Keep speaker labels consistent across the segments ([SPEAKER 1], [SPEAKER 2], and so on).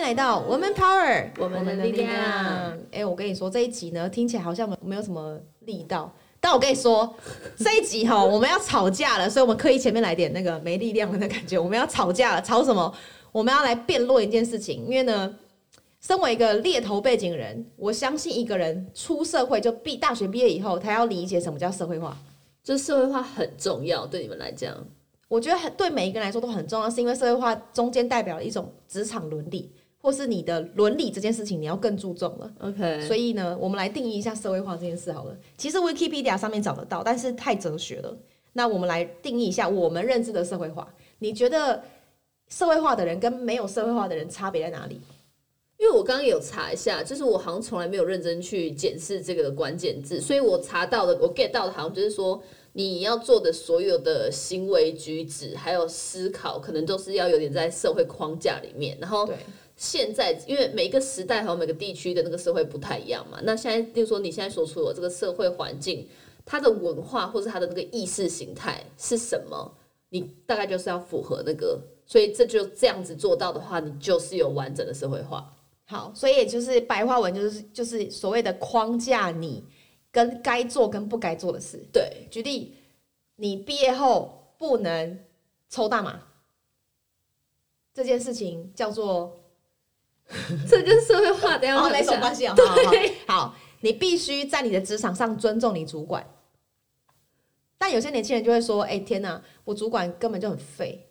[SPEAKER 1] 来到 Woman Power，
[SPEAKER 2] 我们的力量。
[SPEAKER 1] 哎，我跟你说，这一集呢，听起来好像没有什么力道，但我跟你说， 这一集哈，我们要吵架了，所以我们刻意前面来点那个没力量的感觉。我们要吵架了，吵什么？我们要来辩论一件事情，因为呢。身为一个猎头背景人，我相信一个人出社会就毕大学毕业以后，他要理解什么叫社会化。
[SPEAKER 2] 就社会化很重要，对你们来讲，
[SPEAKER 1] 我觉得很对每一个人来说都很重要，是因为社会化中间代表了一种职场伦理，或是你的伦理这件事情你要更注重了。
[SPEAKER 2] ，OK，
[SPEAKER 1] 所以呢，我们来定义一下社会化这件事好了。其实 Wikipedia 上面找得到，但是太哲学了。那我们来定义一下我们认知的社会化。你觉得社会化的人跟没有社会化的人差别在哪里？
[SPEAKER 2] 因为我刚刚有查一下，就是我好像从来没有认真去检视这个关键字，所以我查到的，我 get 到的好像就是说，你要做的所有的行为举止，还有思考，可能都是要有点在社会框架里面。然后
[SPEAKER 1] 对
[SPEAKER 2] 现在，因为每一个时代还有每个地区的那个社会不太一样嘛，那现在，例如说你现在所处的这个社会环境，它的文化或是它的那个意识形态是什么，你大概就是要符合那个。所以这就这样子做到的话，你就是有完整的社会化。
[SPEAKER 1] 好，所以也就是白话文就是就是所谓的框架你跟该做跟不该做的事。
[SPEAKER 2] 对，
[SPEAKER 1] 举例，你毕业后不能抽大麻，这件事情叫做
[SPEAKER 2] 这跟社会化的样
[SPEAKER 1] 哦，
[SPEAKER 2] 子
[SPEAKER 1] 没什么关系哦。好好好，好你必须在你的职场上尊重你主管。但有些年轻人就会说：“哎、天哪，我主管根本就很废。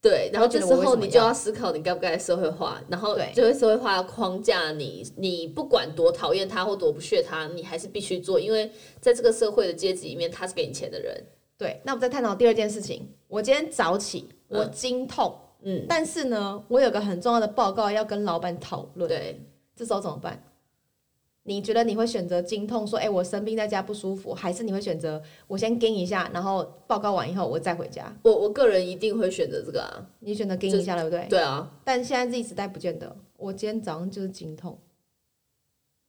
[SPEAKER 2] 对，然后这时
[SPEAKER 1] 他会觉得
[SPEAKER 2] 候
[SPEAKER 1] 我为什么
[SPEAKER 2] 你就要思考你该不该社会化，然后
[SPEAKER 1] 对
[SPEAKER 2] 就会社会化框架你，你不管多讨厌他或多不屑他，你还是必须做，因为在这个社会的阶级里面，他是给你钱的人。”
[SPEAKER 1] 对，那我们再探讨第二件事情。我今天早起，
[SPEAKER 2] 嗯
[SPEAKER 1] 我经痛，
[SPEAKER 2] 嗯，
[SPEAKER 1] 但是呢，我有个很重要的报告要跟老板讨论。
[SPEAKER 2] 对，
[SPEAKER 1] 这时候怎么办？你觉得你会选择经痛说，哎、我生病在家不舒服，还是你会选择我先跟一下，然后报告完以后我再回家？
[SPEAKER 2] 我我个人一定会选择这个啊。
[SPEAKER 1] 你选择跟
[SPEAKER 2] 就
[SPEAKER 1] 一下，对不对？
[SPEAKER 2] 对啊，
[SPEAKER 1] 但现在 Z 时代不见得，我今天早上就是经痛，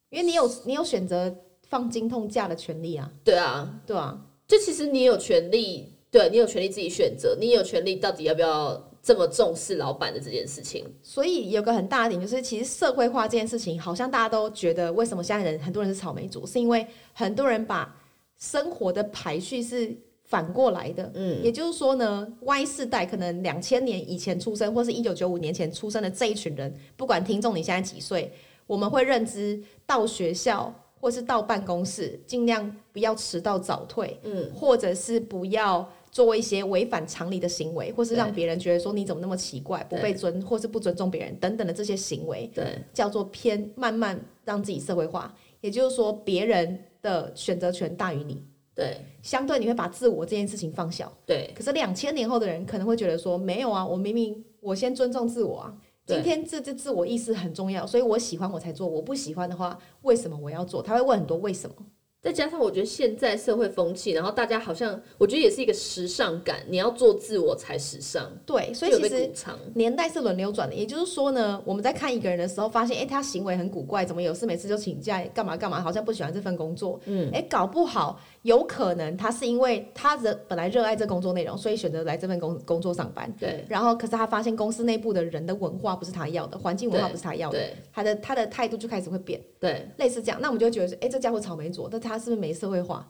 [SPEAKER 1] 因为你有你有选择放经痛假的权利啊，
[SPEAKER 2] 对啊，
[SPEAKER 1] 对啊，
[SPEAKER 2] 就其实你有权利，对你有权利自己选择，你有权利到底要不要这么重视老板的这件事情。
[SPEAKER 1] 所以有个很大的点就是，其实社会化这件事情，好像大家都觉得为什么现在人很多人是草莓族，是因为很多人把生活的排序是反过来的，
[SPEAKER 2] 嗯，
[SPEAKER 1] 也就是说呢，Y 世代可能两千年以前出生，或是一九九五年前出生的这一群人，不管听众你现在几岁，我们会认知到学校或是到办公室，尽量不要迟到早退，
[SPEAKER 2] 嗯，
[SPEAKER 1] 或者是不要做一些违反常理的行为，或是让别人觉得说你怎么那么奇怪，不
[SPEAKER 2] 对
[SPEAKER 1] 被尊或是不尊重别人等等的这些行为，
[SPEAKER 2] 对，
[SPEAKER 1] 叫做偏慢慢让自己社会化，也就是说别人的选择权大于你，
[SPEAKER 2] 对，
[SPEAKER 1] 相对你会把自我这件事情放小。
[SPEAKER 2] 对，
[SPEAKER 1] 可是两千年后的人可能会觉得说，没有啊，我明明我先尊重自我啊，
[SPEAKER 2] 对
[SPEAKER 1] 今天这这自我意识很重要，所以我喜欢我才做，我不喜欢的话，为什么我要做？他会问很多为什么。
[SPEAKER 2] 再加上我觉得现在社会风气，然后大家好像我觉得也是一个时尚感，你要做自我才时尚，
[SPEAKER 1] 对，所以
[SPEAKER 2] 就有
[SPEAKER 1] 其
[SPEAKER 2] 被
[SPEAKER 1] 实
[SPEAKER 2] 鼓唱。
[SPEAKER 1] 年代是轮流转的，也就是说呢，我们在看一个人的时候，发现哎、诶他行为很古怪，怎么有事没事就请假，干嘛干嘛，好像不喜欢这份工作。嗯，哎、搞不好有可能他是因为他的本来热爱这工作内容，所以选择来这份工工作上班。
[SPEAKER 2] 对
[SPEAKER 1] 然后，可是他发现公司内部的人的文化不是他要的，环境文化不是他要的，
[SPEAKER 2] 对
[SPEAKER 1] 他的他的态度就开始会变，
[SPEAKER 2] 对，
[SPEAKER 1] 类似这样，那我们就会觉得说，哎、这家伙草莓族，那他是不是没社会化？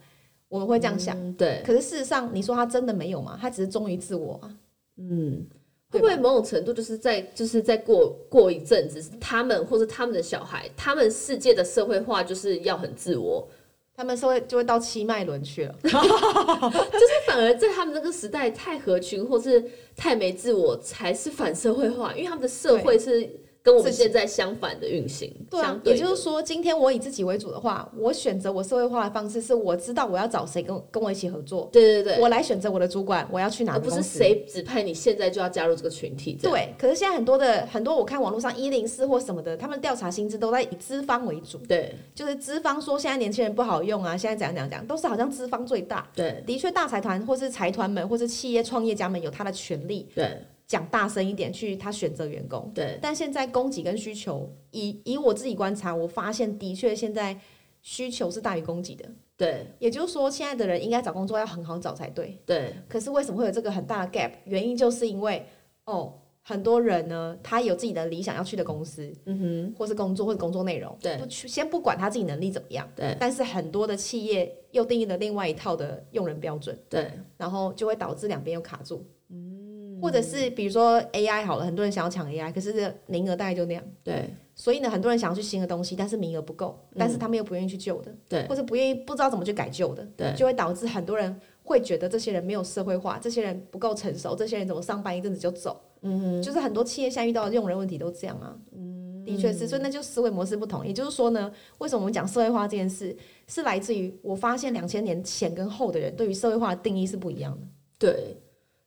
[SPEAKER 1] 我们会这样想。
[SPEAKER 2] 嗯对，
[SPEAKER 1] 可是事实上，你说他真的没有吗？他只是忠于自我啊。
[SPEAKER 2] 嗯，会
[SPEAKER 1] 对
[SPEAKER 2] 不
[SPEAKER 1] 吧
[SPEAKER 2] 会某种程度就是在就是在过过一阵子，他们或是他们的小孩，他们世界的社会化就是要很自我，
[SPEAKER 1] 他们社会就会到七脉轮去了。
[SPEAKER 2] 就是 反而在他们那个时代太合群或是太没自我才是反社会化，因为他们的社会是跟我们
[SPEAKER 1] 自己
[SPEAKER 2] 现在相反的运行，
[SPEAKER 1] 对啊
[SPEAKER 2] 相，对
[SPEAKER 1] 也
[SPEAKER 2] 的
[SPEAKER 1] 就是说，今天我以自己为主的话，我选择我社会化的方式是，我知道我要找谁跟我跟我一起合作，
[SPEAKER 2] 对对对，
[SPEAKER 1] 我来选择我的主管，我要去哪
[SPEAKER 2] 而
[SPEAKER 1] 个
[SPEAKER 2] 不是
[SPEAKER 1] 公司。
[SPEAKER 2] 谁指派你现在就要加入这个群体。这样，
[SPEAKER 1] 对，可是现在很多的很多，我看网络上一零四或什么的，他们调查薪资都在以资方为主，
[SPEAKER 2] 对
[SPEAKER 1] 就是资方说现在年轻人不好用啊，现在怎样怎样怎样，都是好像资方最大。
[SPEAKER 2] 对
[SPEAKER 1] 的确，大财团或是财团们或是企业创业家们有他的权利，
[SPEAKER 2] 对
[SPEAKER 1] 讲大声一点去他选择员工。
[SPEAKER 2] 对
[SPEAKER 1] 但现在供给跟需求，以以我自己观察，我发现的确现在需求是大于供给的，
[SPEAKER 2] 对
[SPEAKER 1] 也就是说，现在的人应该找工作要很好找才对。
[SPEAKER 2] 对
[SPEAKER 1] 可是为什么会有这个很大的 gap？原因就是因为哦，很多人呢，他有自己的理想要去的公司，
[SPEAKER 2] 嗯哼，
[SPEAKER 1] 或是工作或者工作内容，
[SPEAKER 2] 对
[SPEAKER 1] 不去先不管他自己能力怎么样，
[SPEAKER 2] 对
[SPEAKER 1] 但是很多的企业又定义了另外一套的用人标准，
[SPEAKER 2] 对，
[SPEAKER 1] 然后就会导致两边又卡住，嗯，或者是比如说 AI 好了，很多人想要抢 AI，可是名额大概就那样，
[SPEAKER 2] 对，
[SPEAKER 1] 所以呢，很多人想要去新的东西，但是名额不够，但是他们又不愿意去旧的，
[SPEAKER 2] 对，
[SPEAKER 1] 或者不愿意不知道怎么去改旧的，
[SPEAKER 2] 对
[SPEAKER 1] 就会导致很多人会觉得这些人没有社会化，这些人不够成熟，这些人怎么上班一阵子就走，嗯就是很多企业现在遇到的用人问题都这样啊，嗯，的确是，所以那就思维模式不同，也就是说呢，为什么我们讲社会化这件事，是来自于我发现两千年前跟后的人对于社会化的定义是不一样的，
[SPEAKER 2] 对。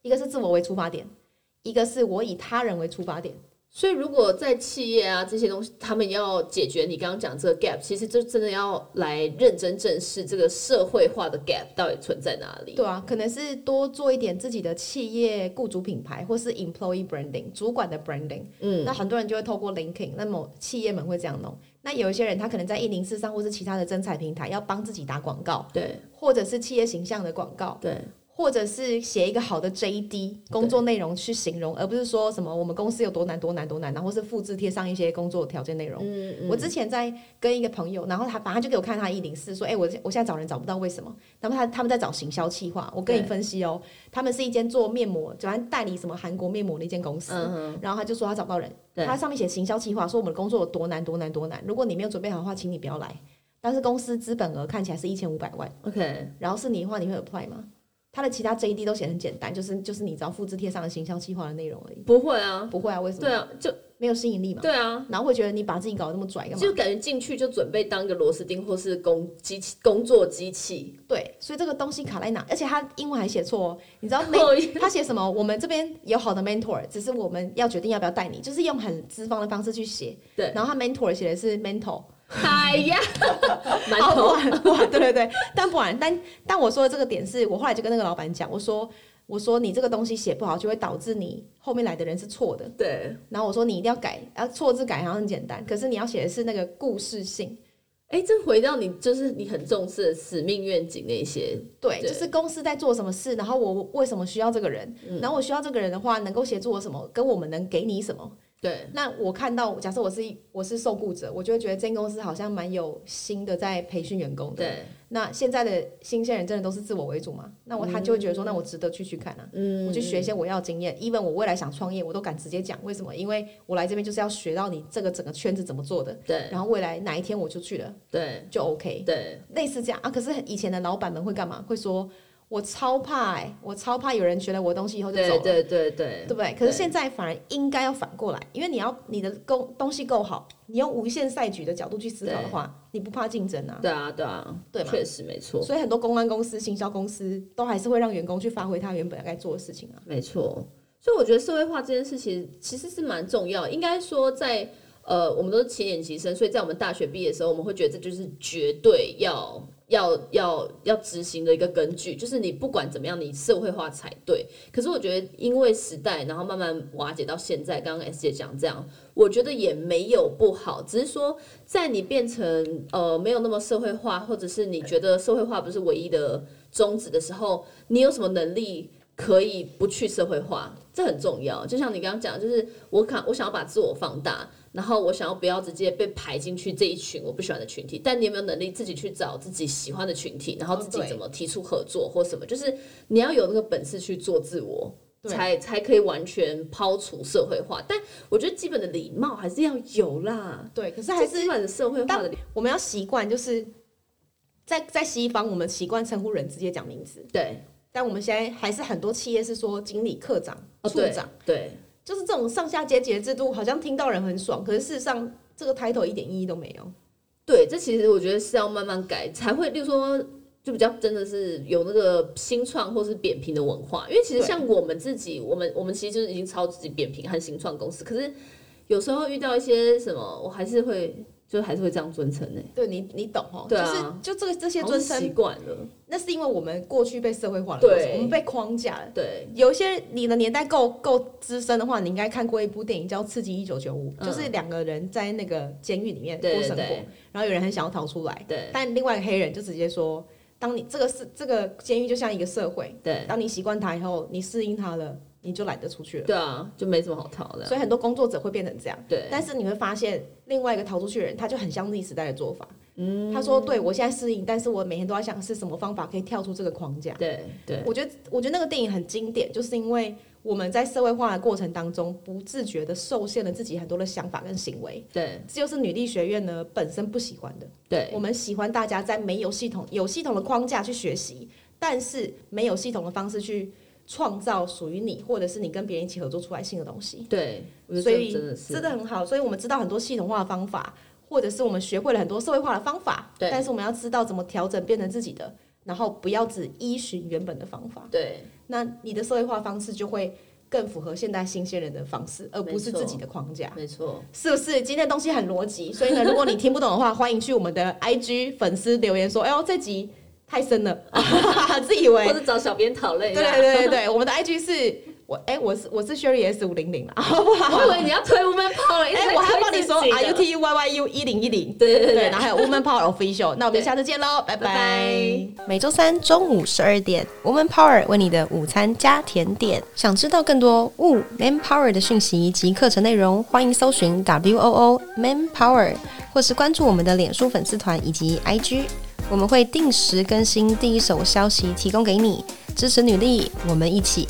[SPEAKER 1] 一个是自我为出发点，一个是我以他人为出发点，
[SPEAKER 2] 所以，如果在企业啊这些东西，他们要解决你刚刚讲这个 gap，其实就真的要来认真正视这个社会化的 gap 到底存在哪里。
[SPEAKER 1] 对啊，可能是多做一点自己的企业雇主品牌，或是 employee branding 主管的 branding。嗯，那很多人就会透过 LinkedIn，那么企业们会这样弄。那有一些人他可能在一零四上或是其他的征才平台要帮自己打广告，
[SPEAKER 2] 对
[SPEAKER 1] 或者是企业形象的广告，
[SPEAKER 2] 对
[SPEAKER 1] 或者是写一个好的 JD 工作内容去形容，而不是说什么我们公司有多难多难多难，然后是复制贴上一些工作条件内容。嗯我之前在跟一个朋友，然后他反正他就给我看他一零四，说，哎、我我现在找人找不到，为什么？然后他他们在找行销企划，我跟你
[SPEAKER 2] 对
[SPEAKER 1] 分析哦，他们是一间做面膜，就正代理什么韩国面膜的一间公司。
[SPEAKER 2] 嗯
[SPEAKER 1] 然后他就说他找不到人，
[SPEAKER 2] 对
[SPEAKER 1] 他上面写行销企划，说我们的工作有多难多难多难，如果你没有准备好的话，请你不要来。但是公司资本额看起来是一千五百万。
[SPEAKER 2] ，OK，
[SPEAKER 1] 然后是你的话，你会 apply 吗？他的其他 JD 都写得很简单，就是就是你只要复制贴上的行销计划的内容而已。
[SPEAKER 2] 不会啊，
[SPEAKER 1] 不会啊，为什么？
[SPEAKER 2] 对啊，就
[SPEAKER 1] 没有吸引力嘛。
[SPEAKER 2] 对啊，
[SPEAKER 1] 然后会觉得你把自己搞得那么拽干嘛？
[SPEAKER 2] 就感觉进去就准备当一个螺丝钉或是工机器工作 机器。
[SPEAKER 1] 对，所以这个东西卡在哪？而且他英文还写错、哦，你知 道
[SPEAKER 2] 哦
[SPEAKER 1] men- 他写什么？我们这边有好的 mentor，只是我们要决定要不要带你，就是用很资方的方式去写。
[SPEAKER 2] 对
[SPEAKER 1] 然后他 mentor 写的是 mentor，
[SPEAKER 2] 哎 呀，馒
[SPEAKER 1] 哦，
[SPEAKER 2] 头，
[SPEAKER 1] 不然不然， 对对对，但不然，但但我说的这个点是我后来就跟那个老板讲，我说我说你这个东西写不好，就会导致你后面来的人是错的。
[SPEAKER 2] 对，
[SPEAKER 1] 然后我说你一定要改，啊，错字改好像很简单，可是你要写的是那个故事性，
[SPEAKER 2] 哎，这回到你就是你很重视的使命愿景那些，
[SPEAKER 1] 对，
[SPEAKER 2] 对
[SPEAKER 1] 就是公司在做什么事，然后我为什么需要这个人，然后我需要这个人的话，能够协助我什么，跟我们能给你什么。
[SPEAKER 2] 对
[SPEAKER 1] 那我看到，假设我是我是受雇者，我就会觉得这间公司好像蛮有心的在培训员工的。
[SPEAKER 2] 对，
[SPEAKER 1] 那现在的新鲜人真的都是自我为主嘛？那我他就会觉得说，那我值得去去看啊，
[SPEAKER 2] 嗯
[SPEAKER 1] 我去学一些我要的经验。even 我未来想创业，我都敢直接讲，为什么？因为我来这边就是要学到你这个整个圈子怎么做的，
[SPEAKER 2] 对
[SPEAKER 1] 然后未来哪一天我就去了，
[SPEAKER 2] 对
[SPEAKER 1] 就 OK，
[SPEAKER 2] 对，
[SPEAKER 1] 类似这样啊。可是以前的老板们会干嘛？会说我超怕、欸，我超怕有人学了我的东西以后就走
[SPEAKER 2] 对
[SPEAKER 1] 了。
[SPEAKER 2] 对对对
[SPEAKER 1] 对不对？可是现在反而应该要反过来，因为你要你的工东西够好，你用无限赛局的角度去思考的话，你不怕竞争啊。
[SPEAKER 2] 对啊对啊，
[SPEAKER 1] 对嘛
[SPEAKER 2] 确实没错
[SPEAKER 1] 所以很多公关公司、行销公司都还是会让员工去发挥他原本该做的事情啊。
[SPEAKER 2] 没错。所以我觉得社会化这件事情其实是蛮重要，应该说在。呃，我们都是七年级生，所以在我们大学毕业的时候，我们会觉得这就是绝对要要要要执行的一个根据，就是你不管怎么样，你社会化才对。可是我觉得，因为时代，然后慢慢瓦解到现在，刚刚 S 姐讲这样，我觉得也没有不好，只是说在你变成呃没有那么社会化，或者是你觉得社会化不是唯一的宗旨的时候，你有什么能力？可以不去社会化，这很重要。就像你刚刚讲，就是我看我想要把自我放大，然后我想要不要直接被排进去这一群我不喜欢的群体。但你有没有能力自己去找自己喜欢的群体，然后自己
[SPEAKER 1] 哦对
[SPEAKER 2] 怎么提出合作或什么？就是你要有那个本事去做自我，
[SPEAKER 1] 对
[SPEAKER 2] 才才可以完全抛除社会化。但我觉得基本的礼貌还是要有啦，
[SPEAKER 1] 对，可是还是
[SPEAKER 2] 基本的社会化的礼
[SPEAKER 1] 我们要习惯，就是在在西方，我们习惯称呼人直接讲名字，
[SPEAKER 2] 对
[SPEAKER 1] 但我们现在还是很多企业是说经理、科长、
[SPEAKER 2] 哦
[SPEAKER 1] 处
[SPEAKER 2] 对
[SPEAKER 1] 长，
[SPEAKER 2] 对
[SPEAKER 1] 就是这种上下阶级的制度，好像听到人很爽，可是事实上这个 title 一点意义都没有。
[SPEAKER 2] 对，这其实我觉得是要慢慢改才会，例如说。就比较真的是有那个新创或是扁平的文化，因为其实
[SPEAKER 1] 对
[SPEAKER 2] 像我们自己，我们我们其实就是已经超级扁平和新创公司，可是有时候遇到一些什么，我还是会就还是会这样尊称呢、
[SPEAKER 1] 对你，你懂哦，
[SPEAKER 2] 对啊
[SPEAKER 1] 就是就这个这些
[SPEAKER 2] 好像
[SPEAKER 1] 尊
[SPEAKER 2] 习
[SPEAKER 1] 称，
[SPEAKER 2] 惯了，
[SPEAKER 1] 那是因为我们过去被社会化了过程，
[SPEAKER 2] 对
[SPEAKER 1] 我们被框架了。
[SPEAKER 2] 对，
[SPEAKER 1] 有一些你的年代够够资深的话，你应该看过一部电影叫《刺激一九九五》，
[SPEAKER 2] 嗯
[SPEAKER 1] 就是两个人在那个监狱里面过
[SPEAKER 2] 对
[SPEAKER 1] 生活，
[SPEAKER 2] 对
[SPEAKER 1] 然后有人很想要逃出来，
[SPEAKER 2] 对
[SPEAKER 1] 但另外一个黑人就直接说：“当你这个是这个监狱就像一个社会，
[SPEAKER 2] 对
[SPEAKER 1] 当你习惯它以后，你适应它了，你就懒得出去了。
[SPEAKER 2] 对啊，就没什么好逃的。
[SPEAKER 1] 所以很多工作者会变成这样。
[SPEAKER 2] 对，
[SPEAKER 1] 但是你会发现，另外一个逃出去的人，他就很像 Z 时代的做法。嗯，他说：“对我现在适应，但是我每天都在想是什么方法可以跳出这个框架。
[SPEAKER 2] 对对”
[SPEAKER 1] 我觉得，我觉得那个电影很经典，就是因为我们在社会化的过程当中，不自觉的受限了自己很多的想法跟行为。
[SPEAKER 2] 对
[SPEAKER 1] 这就是女力学院呢本身不喜欢的。
[SPEAKER 2] 对
[SPEAKER 1] 我们喜欢大家在没有系统、有系统的框架去学习，但是没有系统的方式去创造属于你，或者是你跟别人一起合作出来新的东西。
[SPEAKER 2] 对，我觉得
[SPEAKER 1] 所
[SPEAKER 2] 这
[SPEAKER 1] 以
[SPEAKER 2] 真的是
[SPEAKER 1] 真的很好，所以我们知道很多系统化的方法，或者是我们学会了很多社会化的方法，
[SPEAKER 2] 对
[SPEAKER 1] 但是我们要知道怎么调整变成自己的，然后不要只依循原本的方法。
[SPEAKER 2] 对
[SPEAKER 1] 那你的社会化方式就会更符合现代新鲜人的方式，而不是自己的框架。
[SPEAKER 2] 没错，
[SPEAKER 1] 是不是？今天的东西很逻辑，所以呢，如果你听不懂的话， 欢迎去我们的 IG 粉丝留言说：“哎呦，这集太深了， 自以为
[SPEAKER 2] 或者找小编讨论
[SPEAKER 1] 对
[SPEAKER 2] 一下。
[SPEAKER 1] 对对对对，我们的 IG 是我哎、我是我是 Sherry S 五零零啦，
[SPEAKER 2] 我以为你要推 Woman Power，一直
[SPEAKER 1] 哎、
[SPEAKER 2] 在
[SPEAKER 1] 我还要
[SPEAKER 2] 推
[SPEAKER 1] 帮你
[SPEAKER 2] 自
[SPEAKER 1] 说
[SPEAKER 2] 己
[SPEAKER 1] R U
[SPEAKER 2] 的
[SPEAKER 1] T U Y Y U 一零一零。
[SPEAKER 2] 对对对
[SPEAKER 1] 对，
[SPEAKER 2] 对
[SPEAKER 1] 然后还有 Woman Power Official，那我们
[SPEAKER 2] 对
[SPEAKER 1] 下次见喽，拜
[SPEAKER 2] 拜拜
[SPEAKER 3] 每周三中午十二点，Woman Power 为你的午餐加甜点。想知道更多 Wo Man Power 的讯息及课程内容，欢迎搜寻 W O O Man Power，或是关注我们的脸书粉丝团以及 IG，我们会定时更新第一手消息，提供给你支持女力，我们一起